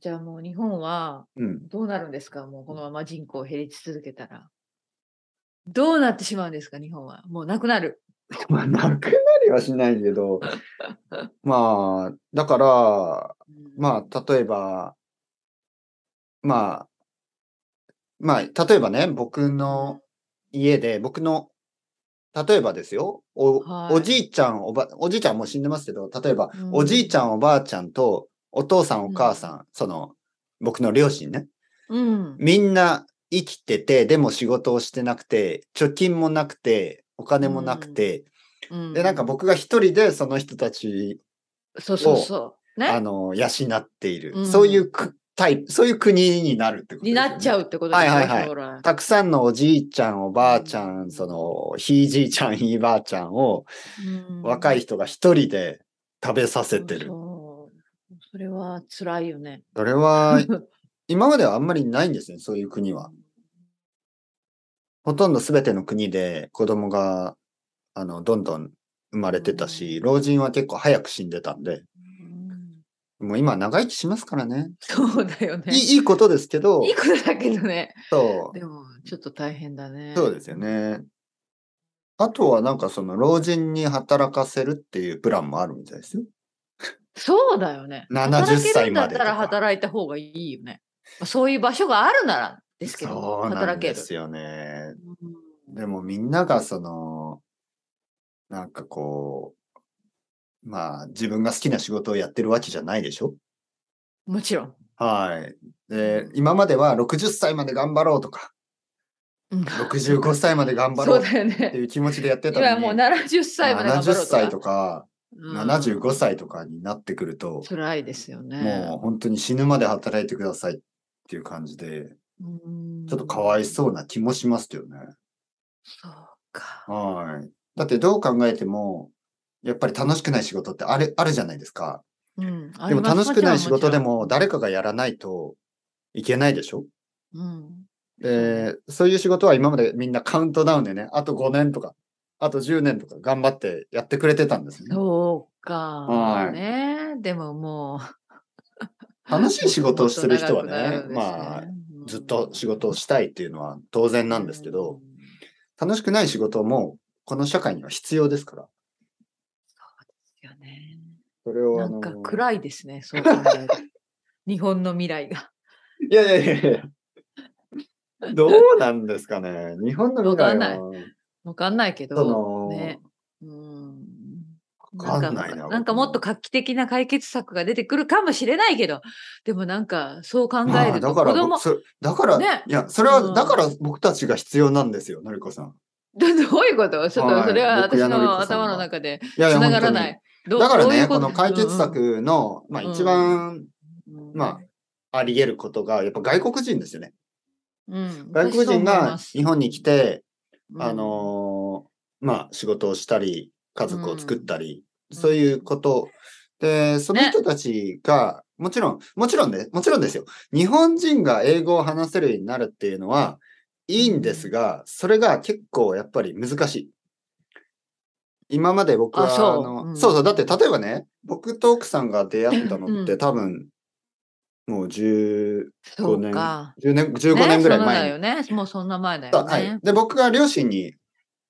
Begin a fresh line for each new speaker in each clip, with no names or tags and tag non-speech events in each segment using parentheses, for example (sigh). じゃあもう日本は
うん。
どうなるんですかもうこのまま人口減り続けたら。どうなってしまうんですか日本は。もうなくなる。
(laughs) まあ、なくなりはしない
(laughs)
けど、まあ、だから、
うん。
まあ、例えば、まあ、まあ、例えばね、僕
う
の
ん。
家で、僕の、例えばですよ、お、お
はい。
じいちゃん、おば、おじいちゃんはもう死んでますけど、例えば、
う
おじいちゃ
ん。
ん、おばあちゃんと、お父さん、お
う
母
ん。
さん、その、僕の両親ね、
うん。
みんな生きてて、でも仕事をしてなくて、貯金もなくて、お
う
金もなく
ん。
て、
う
で、なんか
ん。
僕が一人でその人たち
そうそう
を、
そう。ね
あの、養っている。
う。
そういうんくタイプ、そういう国になるってこ
に
とで
な
すよ
っち
ね。
ゃうってこと
は
で
い
し
はい
ょ
は
将
い。
来。
たくさんのおじいちゃん、お
う
ばあちゃん、そ
ん。
の、ひいじいちゃん、ひいばあちゃんを
う
若い
ん。
人が一人で食べさせ
そう
てる。
そう。それは辛いよね。
それは、今まではあんまりないんですね、そういう国は。ほとんど全ての国で子供が、あの、どんどん生まれ
う
てた
ん。
し、老人は結構早く死んでたんで、
うん
もう今長生きしますからね。
そうだよ
い
ね。
い、いいことですけ
いい
ど、
ことだけどね。
そう、
でも、ちょっと大変だ
そう
ね。
ですよね。あとはなんかその老人に働かせるっていうプランもあるみたいですよ。
そうだよね。
70
働ける
歳
んだ
ま
っ
で
た
と
ら
か。
働いた方がいいよね。まあそういう場所があるならですけど、
そうな
働
ん
け
で
る。
すよね。
うん、
でもみんながその、なんかこう、まあ自分が好きな仕事をやってるわけじゃないでしょ
もちろん。
はい。
う
で、
ん
今までは60歳まで頑張ろう
(laughs)
とか、
うん
65歳まで頑張
そう
ろう
だよ
ってい
ね。
う気持ちでやってたの
今もう
に、
70歳まで頑
70
張ろうと
歳
か。
とか、75
うん。
歳とかになってくると、
辛いですよね。
もう本当に死ぬまで働いてくださいっていう感じで、
う
ちょっとかわい
ん。
そうな気もしますよね。
そうか。
はい。だってどう考えても、やっぱり楽しくない仕事ってある、あるじゃないですか。
うん。あ
で
り
も
ます。
楽し
も
く
ち
な
ろ
い
ん、
仕
もち
事で
ろん。
も誰かがやらないといけないでしょ
うん。そうね。
で、そういう仕事は今までみんなカウントダウンでね、あと5年とか、あと10年とか頑張ってやってくれてたんですよね。
そうか
はい。
ね。でもも
楽し
う、
い
も
仕
っと
事
も
を
っ
して
と
る人
長 (laughs)
は
くな
ね、
るんです
まあ、
ね。
ずっと仕事をしたいっていうのは当然
う
なんですけど、
ん。
楽しくない仕事もこの社会には必要ですから、
そうですよね。
それを
な
あ
んか
の、
暗いですね、そう考えると。日本の未来が。 (laughs)
いやいやいやいや、どうなんですかね。日本の
わ
未
か
来
んない。
は、
わかんないけ
そ
ど、ね。
の、
うん。な
わ
ん
かん
か
ない
他、
な、
なん
僕
かもっと
も。
画期的な解決策が出てくるかもしれないけど、でもなんか、そう考え
まあ、
る
だ
と、
か
子
ら僕、
供、
そ、だから、
ね、
いや、それ
う
は、だか
ん。
ら僕たちが必要なんですよ、のりこさん。
(laughs) どどういうことちょっとそ
は
れ
い、
は
僕
私
やのり
の
こさ
頭
ん
の
が。
中で
いやい
つ
や、
な
本
が
当
らな
に。
い。ど
だ
う
から
どういう
ね、こ
こと
の
です
解
う
決
ん
策の、まあ
う
一
ん。
番、
う
ま
ん。
あ、あり得ることが、やっぱ外国人ですよね。
うん。
外
私
国
そう
人
思い
が
ます。
日本に来て、
う
あ
ん。
のーまあ仕事をしたり、家
う
族を作っ
ん。
たり、
う。
そういうんこと。で、その
ね。
人たちが、もちろん、もちろんね、もちろんですよ。日本人が英語を話せるようになるっていうのは
う
いいんです
ん。
が、それが結構やっぱり難しい。今まで僕
あ、
は、あ
そう。
の、
う
そうそう、だって
ん。
例えばね、僕と奥さんが出会ったのっ
う
て
ん。
多分、もう15
そう
年、
か。
10年、15
ね、
年ぐ
そ
ら
ん
い
な
前
だ
に。
よね。もうそんな前だよ
そうはい。
ね。
で、僕が両親に、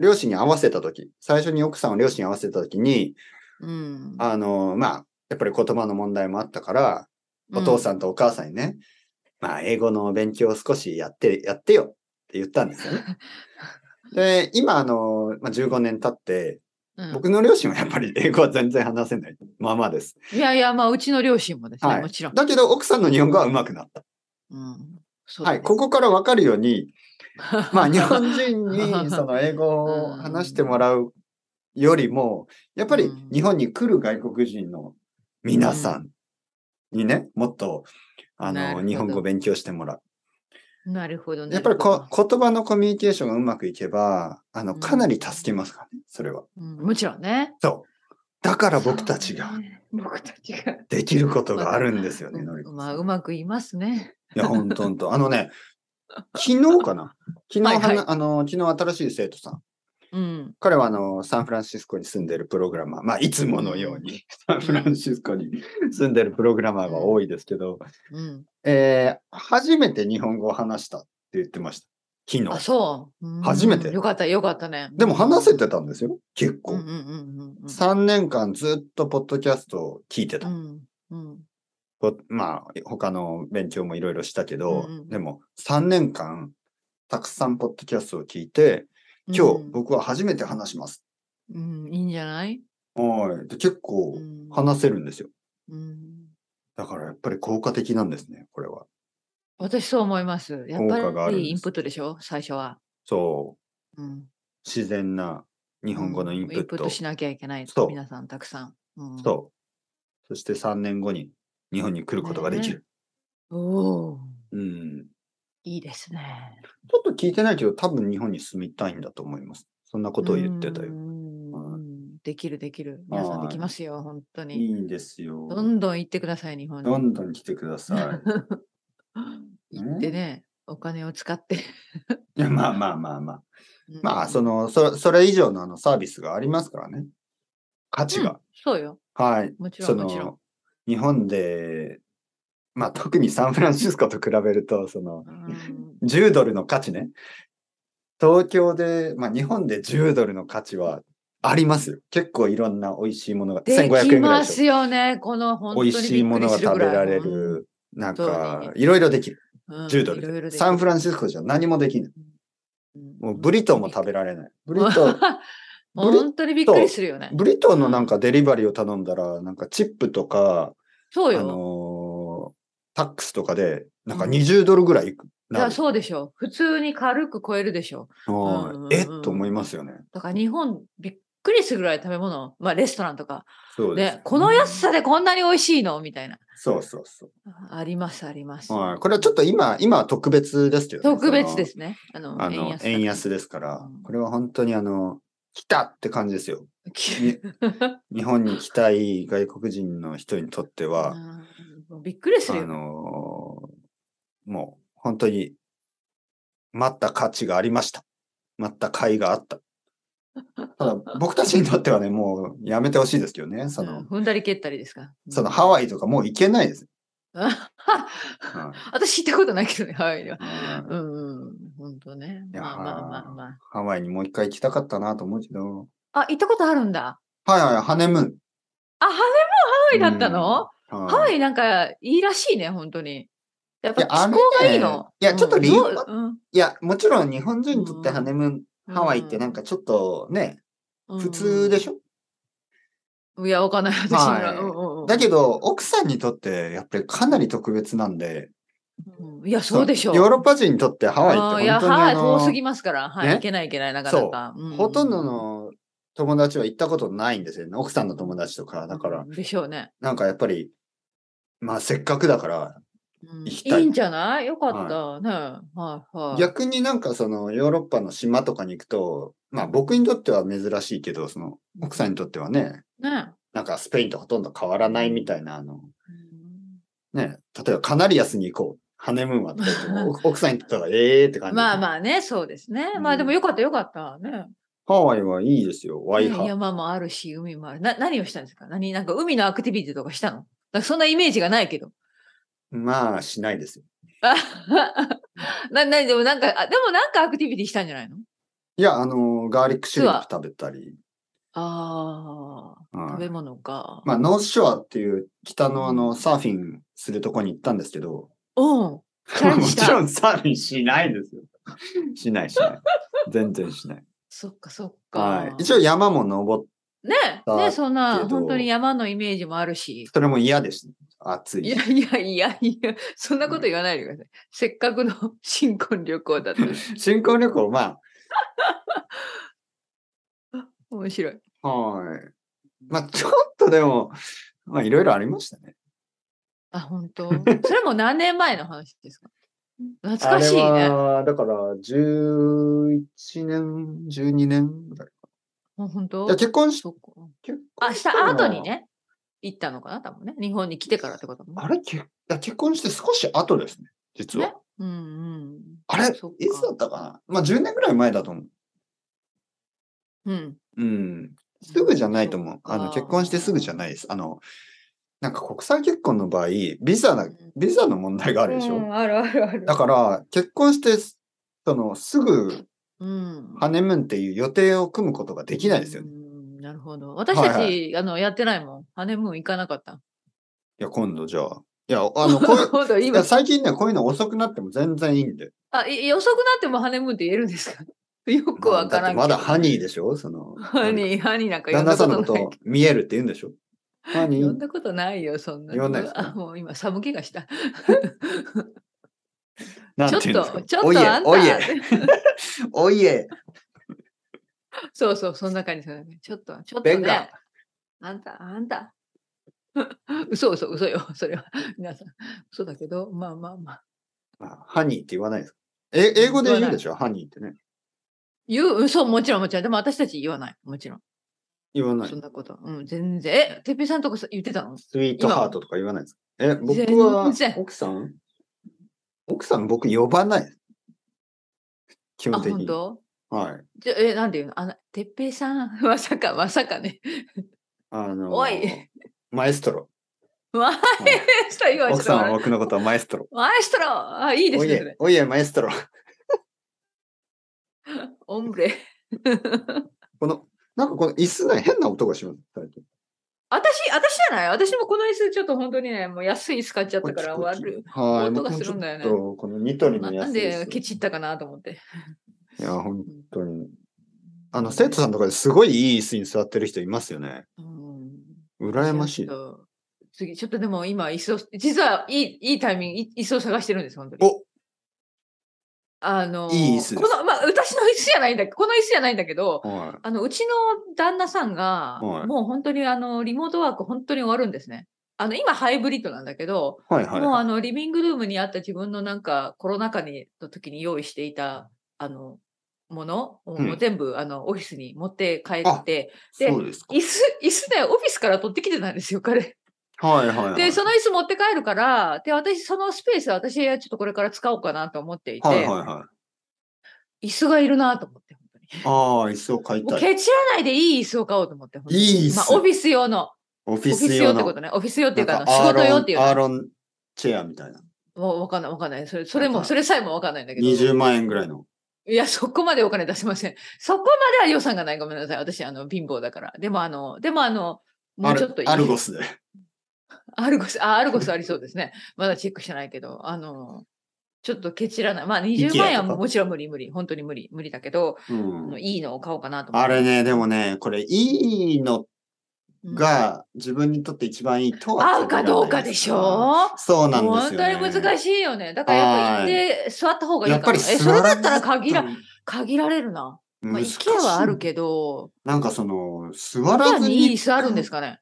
両親に会わせたとき、最初に奥さんを両親に会わせたときに、
うん。
あの、まあ、やっぱり言葉の問題もあったから、
う
お父さ
ん。
んとお母さんにね、まあ、英語の勉強を少しやって、やってよって言ったんです
(laughs)
よね。で、今、あの、まあ、15年経って、
うん。
僕の両親はやっぱり (laughs) 英語は全然話せない。まあまあです。
いやいや、まあ、うちの両親もですね、
は
も
い。
ちろん。
だけど、奥さんの日本語は上手くなった。
うん。そう
は
だ
い。
ね。
ここからわかるように、まあ、日本人にその英
う
語を話しても
ん。
らうよりも、やっ
う
ぱり日
ん。
本に来る外国人の
う
皆さ
ん。
んにね、もっと、あ
な
の、
る
日
ほ
本語を
ど。
勉強してもらう。
(laughs) なるほど、
や
な
っぱ
る
り
ほ
こ
ど。
言葉のコミュニケーションがうまくいけば、あの、
う。
かなんり助けますからね、それは。
うん、もちろんね。
そう。だから
そ
僕た
う
ちが
ね。僕たちが
できること
ま
があ
た、
るんですよね、のり
う
こ
ま
さ
あ、
ん。
うまく言いますね。
いや、ほんとほんと。あのね、昨日かな昨
はい
日は
は
な、
い。
あの、昨日新しい生徒さん。
うん。
彼はあの、サンフランシスコに住んでるプログラマー。まあ、いつものように、サンフランシスコに住んでるプログラマーが多いですけど、
うん。
えー初めて日本語を話したって言ってました。昨
あ、
日。
そう。うん
初めて
よかった、よかったね。
でも話せてたんですよ、結
うんうんう
構。
んうん。
3年間ずっとポッドキャストを聞いてた。
うん。うん。
こまあ、他の勉強もいろいろしたけど、
うんうん
でも3年間たくさんポッドキャストを聞いて、今日僕は初めて話します。
うん、うんいいんじゃない
はい。で結構
うん
話せるんですよ。
うん。
だからやっぱり効果的なんですね、これは。
私そう思います。やっぱ
効果があるんで
り
す
インプットでしょ最初は。
そ
うん。
う。自然な日本語のインプ
イ
ッ
ンプ
ト。
ットしなきゃいけない
そう
皆さんたくさん。うん、
そう。そして3年後に日本に来ることができる。
う。おお、
うん。
いいですね。
ちょっと聞いてないけど、多分日本に住みたいんだと思います。そんなことを言ってた
う
よ。
ん
はい
うんできるできる。皆さん
はい
できますよ、本当に。
いいんですよ。
どんどん行ってください、日本
ど
に。
んどん来てください。
行ってね、お金を使って。 (laughs)
いやまあまあまあまあ。
うん
(laughs) まあ、その、そそれ以上のあのサービスがありますからね。価値が。
そうよ。
はい。
もちろ
そ
ん、もちろん。
(laughs) の、日本で、まあ特にサンフランシスコと比べると、その、
うん
10ドルの価値ね。東京で、まあ日本で10ドルの価値はありますよ。結構いろんな美味しいものが、
で
1500
き
円ぐらい
ま
ですし
よね、この本当
ょ。
に
美
びっく
味
り
しいものが
する
食
ぐらい
べられ。る。なん
そう
か
ね、
いろいろできる。
うん
10ド
うんいろいろ
ル
で
で。
きる
サンフランシスコじゃ何もできない。
うん
もうブリトーも
(laughs)
食べられない。ブリ
うん
トー、
本当にびっくりするよね。
ブリトーのなんかデリバリーを頼んだら、なんかチップとか、
そ
あ
うよ。
のータックスとかで、なんか
うん
20ドルぐらいいく。
い
な
や
る
そうでしょ。普通に軽く超えるでしょ。
はい
うんうんうん
えっと思いますよね。
だから日本びっくりするぐらい食べ物、まあレストランとか、
そうです。
ね、この安さでこんなに美味しいのみたいな。
そうそうそ
あります、あります。
う。はい。これはちょっと今、今は特別ですけどね、
特別で
そ
すね。あの、
の。あの、
(laughs)
円安ですから
うん、
これは本当にあの、来たって感じですよ。
(laughs) 急
日本に来たい外国人の人にとっては、
うんびっくりす
あ
るよ。
のーもう本当に待った価値がありました。待った甲斐があった。
(laughs)
ただ僕たちにとってはね、もうやめてほしいですけどね。そ
うん
の、
踏んだり蹴ったりですか。
そのハ
ワ
ワイとかもう行けないです。
イ。
はい
(laughs) 私行ったことないけどね、ハワイには。
うん
うんうん、本当ね。
いや
まあまあまあまあ。
ハワイにもう一回行きたかったなと思うけど。
あ、行ったことあるんだ。
はいはい、ハネムーン。
あ、ハネムーンハワイだったの、
うん
ハ
は
ワ
い。
イなんかいいらしいね、本当に。やっぱ
いやあれ
気
ね
候がいいの。
いやちょっと理由
うんどううん
いや、もちろん日本人にとってハネムーン、
うん
ハワイってなんかちょっとね、
うん
普通でしょ
いや、わかんない、私に
は
は。
い
うんうんうん
だけど、奥さんにとってやっぱりかなり特別なんで、
うんいや、そうでしょう。
ヨーロッパ人にとってハワイ
うん
っ
い
て
や、
本当に
ハワ
あ
イ
の
遠すぎますから。はい、
ね
いけないいけない、なかなか。うん
ほとんど、の友達は行ったことないんですよね。奥さんの友達とか。だから、
でしょうね。
なんかやっぱり、まあせっかくだから、
うん
行
い
きたい
いんじゃないよかった。ね。はいはい。
逆になんかそのヨーロッパの島とかに行くと、まあ僕にとっては珍しいけど、その奥さんにとってはね、
ね。
なんかスペインとほとんど変わらないみたいな、あの、
うん
ね、例えばカナリアスに行こう。ハネムーンはとか言っても奥奥さんにとってはええーって感じ。
まあ
あ。
まあね、そうですね。
うん
まあでもよかったよかったね。
ハワイはいいですよ。ワイ
ね
ハ。
山もあるし、海もある。な、何をしたんですか何なんか海のアクティビティとかしたのなんかそんなイメージがないけど。
まあしないですよ。
あな、な、でもなんか、あでもなんかアクティビティしたんじゃないの
いや、あの、ガーリックシュリンプ食べたり。
ああ、
はい
食べ物か。
まあ、ノースショアっていう北のあの、サーフィンするとこに行ったんですけど、
うん。チャレン
も
ジし
ちろ
た。
んサーフィンしないですよ。 (laughs) しないしない。全然しない。
そっかそっか。
はい。一応山も登っ
ね
だ
ねそん
け
な、
ど
本当に山のイメージもあるし。
それも嫌でした。暑い
い
し。
やいやいやいや、そんなこと言わないでください。せっかくの新婚旅行だった
(laughs)
のに
新婚旅行、ま
面白い。
あ、はい。まあ、ちょっとでも、まあ、いろいろありましたね。
あ、本当。それも何年前の話です
(laughs)
か懐
あ
か
れ
しいね。
は、だから、11年、12年ぐらい。
ほん
い
と
や、結婚し、
そっか
結
あ、
婚
し
の
た
は
後に。ね、行ったのかな、多分ね。日本に来てからってことも
あれけいや結婚して少し後ですね、実は。
ねうんうん。
あれい
そっか
つだったかなまあ10年ぐらい前だと思う。
うん。
うん。すぐじゃないと思う。あ
あ
の、
ー
結婚してすぐじゃないです。あの、なんか国際結婚の場合、ビザな、ビザの問題があ
あ
るでしょ、
うん、あるあるある。、
だからら、結婚して、その、すぐ
うん。
ハネムーンっていう予定を組むことができないですよね。
う
い
んなるほど。私たち、
はいは
あの、やってないもん。ハネムーン行かなか
(laughs)
った。
や、今度じゃあ。いや、あの、こ
(laughs)
ういう、
今度
い
今
や、最近ね、こういうの遅くなっても全然いいんで。
あ、い遅くなってもハネムーンって言えるんですか (laughs) よくわからんけど。
まあだってまだハニーでしょその。
ハニー、ハニーなんか呼
旦
ん
那
だ
さ
こ
んの
と
こ
ない
と。見えるって言うんでしょハニ
呼
ー
ん。だことないよ、そんな。
呼んないですか
あ、もう今、寒気がした。
なん
ちょって
言うんですか
と、ちょ
お
っ
いえ
と、あんた。 (laughs)
おいえ、おいえ、
そうそう、そんな感じ。そんな感じちょっと、ちょっ
ベ
と
ンガ
ね。あんた、あんた。 (laughs) 嘘嘘嘘よ、それは。皆さん、嘘だけど、まあまあまあ。
まあハニーって言わないですかえ、英語で言うでしょハニーってね。
言う、嘘、もちろんもちろん。でも私たち言わない。もちろん。
言わない
そん。なこと。うん、全然。え、てっぺいさんとこさ言ってたの
スイートハートとか言わないですかえ、僕は
全然
奥さん奥さん僕呼ばないです。基
あ、
本的
本
に。
当
はい。
じゃえ、なんて言うのあの、てっぺいさん、まさか、まさかね。 (laughs)
あのー
おい
マエストロ。
マエストロ、今ちょ
奥
っと
さんは
笑う。
僕のことをマエストロ。
マエストロあ、いいで
お
す
い
ね、それ
え、。おいえ、マエストロ。
オンブレ。
この、なんかこの椅子が変な音がします。最近
私、私じゃない私もこの椅子、ちょっと本当にね、もう安い椅子買っちゃったから、
こっちこっ
悪い
ちはい。
音が
僕も
するんだよね
ちょっとこのニトリの
な
安
ん
い椅
で
子
ケチったかなと思って。
いや、本当に。あの、生徒さんとかですごいいい椅子に座ってる人いますよね。
うん。
羨ましい
ち。ょっと次、ちょっとでも今、椅子を、実はいい、いいタイミング、い椅子を探してるんです、本当に。
お
あのー、
いい椅子です
この、まあ、私の椅子じゃないんだけど、この椅子じゃないんだけど、
は
あの、うちの旦那さんが、
はい
もう本当にあの、リモートワーク本当に終わるんですね。あの、今ハイブリッドなんだけど、
い。はいはい
もうあ
はい。
のリビングルームにあった自分のなんかコロナ禍にの時に用意していたあのものを
うん
もう全部あのオフィスに持って帰
あ
って、で
そうですか。
椅子、椅子ね、オフィスから取ってきてたんですよ、彼。
はいはいはい。
で、その椅子持って帰るから、で、私、そのスペース、私はちょっとこれから使おうかなと思っていて、
はいはいはい。
椅子がいるなと思って、本当に。
ああ、椅子を買い
も
た
う
い。
ケチらないでいい椅子を買おうと思って、本当に
いい椅子
まあ、オフィス用の。
オ
オ
フィ
フィ
ス
ス用
用
って
の。
ことね。オフィス用ってい
な
うんか、あ
か
の仕事
アーロ
用
ン
っていう
アー
の。
ロンチェアみたいな。
もうわかんない、わかんない。それ、それ
わかんな
も、
い
それさえもわかんないんだけど。
20万円ぐらいの。
いや、そこまでお金出せません。そこまでは予算がない。ごめんなさい。私、あの、貧乏だから。でも、あの、でも、あの、も
ア
うちょ
ル
っといい
アルゴ
(laughs)
スで。
アルゴス、あ、アルゴスありそうですね。まだチェックしてないけど、あの、ちょっとケチらない。まあ、20万円は
IKEA とか
もちろん無理無理。本当に無理。無理だけど、あ
う
の
ん。
いいのを買おうかなと思って。
あれね、でもね、これいいの
うん、
が自分にとって一番いいとは
合うかどうかでしょ
そうなんで
本
すよ、ね。
当に難
し
しいよね。だからやっぱ
は
り
い
行って座った方がいい
や
か
っ
な
ぱり
え、それだったら限ら、
難
限られるな。まあ、
しい
IKEA はあるけど、
なんかその、座
IKEA
らず
に
に。
いい椅子あるんですかね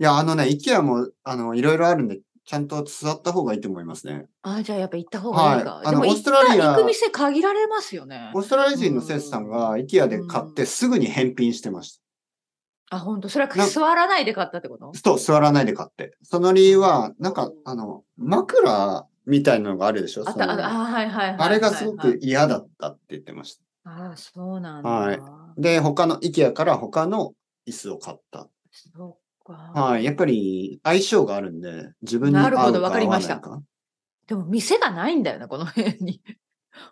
いや、あのね、IKEA も、あの、いろいろあるんで、ちゃんと座った方がいいと思いますね。
あ、じゃあやっぱ行った方がいいか。
はい
で
あの
も
オーストラリア
行った行く店限られますよね
オ。ーストラリア人の生徒さんが IKEA で買ってすぐに返品してまし
あ、本当それは
なん
座らないで買ったってこと
た。と、座らないで買って。その理由は、なんか、あの、枕みたいなのがあるでしょ
あった、
そ
あ
の
あ、はいはいはいはい。
あれがすごく。嫌だったって言ってました。
あそうなんだ。
はいで、他の、IKEA から他の椅子を買った。
そっか。
はい。やっぱり相性があるんで、自分に合
な
う
る
か
ほど
合わ
わか
な
り
いか。
ましたでも店がないんだよな、この辺に。 (laughs)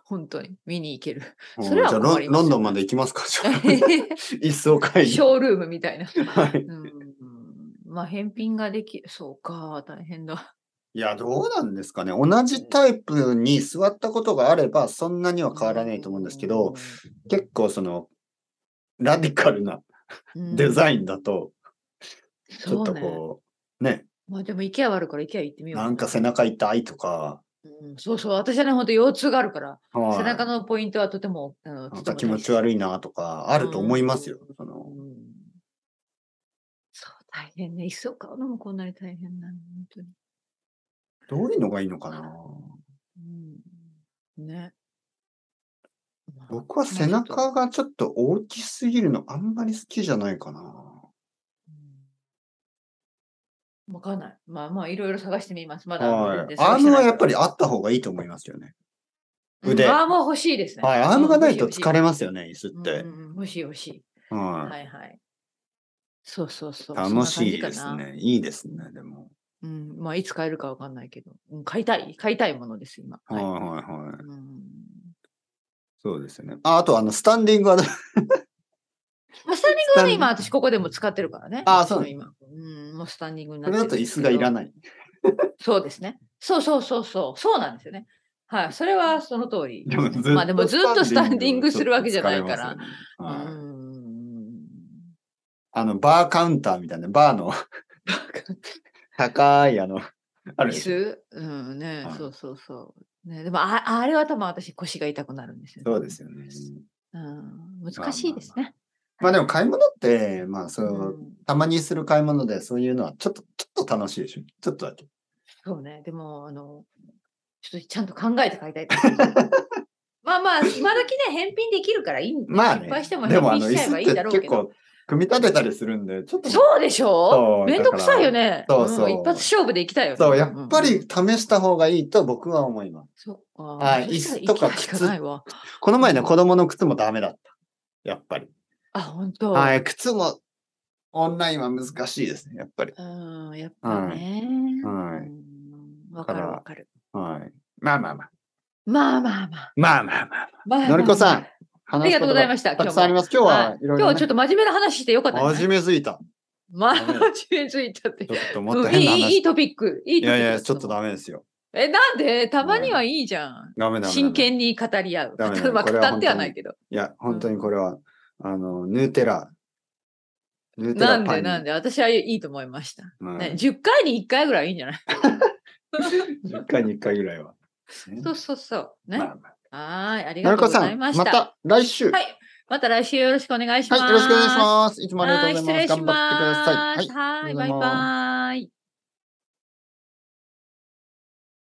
本当に。見に行
(laughs)
ける。
うん
それは
じゃあ
困
ロン
りますよ
ロンドンまで行きますか (laughs) じ
シ
ゃあ
(laughs) ョ
椅子を買いに。
ールームみたいな。
はい。
うん。まあ、返品ができ、そうか、大変だ。
いや、どうなんですかね。同じタイプに座ったことがあれば、そんなには変わらないと思うんですけど、結構その、ラディカルな
うん、
デ
イ
ザインだと、
ン、
ちょっ
そう
と
ね。
こう、ね、
まあでも、IKEA はあるから IKEA 行ってみよう。
なんか背中痛いとか、
うん、そうそう、私はね、本当腰痛があるから、
はい
背中のポイントはとても、あの
なんか気持ち悪いなとか、あると思いますよ。そ
い
の
そう、大変ね。椅子を買うのもこんなに大変なの、本当に。
どういうのがいいのかな。
うん、ね。まあ
僕は背。
まあちょっ
中がちょっと大きすぎるのあんまり好きじゃないかな。
とうんわかんない。まあまあ、いろいろ探してみます。まだ
は
全
い
然。
ア
探
ー
してな
ム
いから。
はやっぱりあった方がいいと思いますよね。
うん
腕
アームは欲しいですね。
はい、アームがないと
うん
疲れますよね、椅子っ
欲しい欲しい
て
うん。うんうん欲しい欲しい。
は
はいはい。そうそうそう。そん
い。
な
楽
感
しい
じか
です
な。
ね。いいですね、でも。
うん。まあ、いつ買えるかわかんないけど、うん、買いたい、買いたいものです、今。
はいはい
い。
はい。
うん、
そうですよね。あ、あと、あの、スタンディングは、
まあ、スタンディングはね、
スタン
今、私ここでも使ってるからね。
あーそう
私の今。うん、もうスタンディングになっ
そ
てる
れだ
ん
と
で
椅
す
子
けど
がいらない。
そうですね。そうそうそうそう。そうなんですよね。はい。それはその通り。
でもずっ
まあでもずっとスタンディングするわけじゃないか
ちょ
ら
っと疲れ。
う
ますよねはい
ーん。
あの、バーカウンターみたいな、バー
(laughs)
の高い、あの、ある
椅子うんね、
はい
そうそうそう。ね、でもあ、あれは多分私腰が痛くなるんですよ、
そうですよね。
うん。難しいですね。
まあでも買い物って、まあそうう、
ん
たまにする買い物でそういうのはちょっと、ちょっと楽しいでしょ。ちょっとだけ。
そうね。でも、あの、ちょっとちゃんと考えて買いたいと思う。
(laughs)
まあまあ、今時ね、返品できるからいいんだよ
まあね
失敗しても。
で
返
もあ
品し
の、椅
ちゃえ
子
ば
っ
いい
て
だろう
結
けど。
構、組み立てたりするんで、ちょっと。
そうでしょ
そう
めんどくさいよね。
だからそうそう
うん一発勝負で行きたいよね。
そう、やっぱ
うん
り試した方がいいと僕は思います。
そっか。
はい
そしたら
椅子とか
行きたいしかないわ。
この前の子供の靴もダメだった。やっぱり。
あ、本当。
はい、靴もオンラインは難しいですね、やっぱり。
うん、やっぱね。
はい
うんわかるわかる。
はい。まあまあまあ。
まあまあまあ。
まあまあまあ。
まあまあまあ
のりこさん、
あ
話
りが
すこと
うございました。
たくさんあり
今日も
ます。今日はいろいろ、ね。
今日ちょっと真面目な話してよかったね。
真面目すぎた。
まあ
ダメだ
(laughs) 真面目ついちゃって
ちょ。っともっと
うんい
変ない話。
いいいいいトピック。いい
い
トピック
やい
だ
や、
った
ちょ
の
っとダメですよ。
え、なんでたまにはいいじゃん。
ダメダメダメ。
真剣に語り合う。
ダメダ
(laughs)
メ
まあ
これは
語ってはないけど。
いや、本当にこれは、あの、ヌーテラ。ヌーテラ
なんでなんで私はいいと思いました。ね、
で。
10回に1回ぐらいはいいんじゃない
10回に1回ぐら
(laughs)
いは。ね
そうそうそう。ね。
まあまあ
はーい。あり
な
がと
る
うご
こ
ざ
さ
い
ん、
ま
ま
した。
た来週。
はいまた来週よろしくお願いしま
は
す。
いよろしくお願いします。いつもありがとうございま
は
す。
ー
頑張ってください。
失礼します。はい、
あり
バ
が
イ
とうございます
バイ。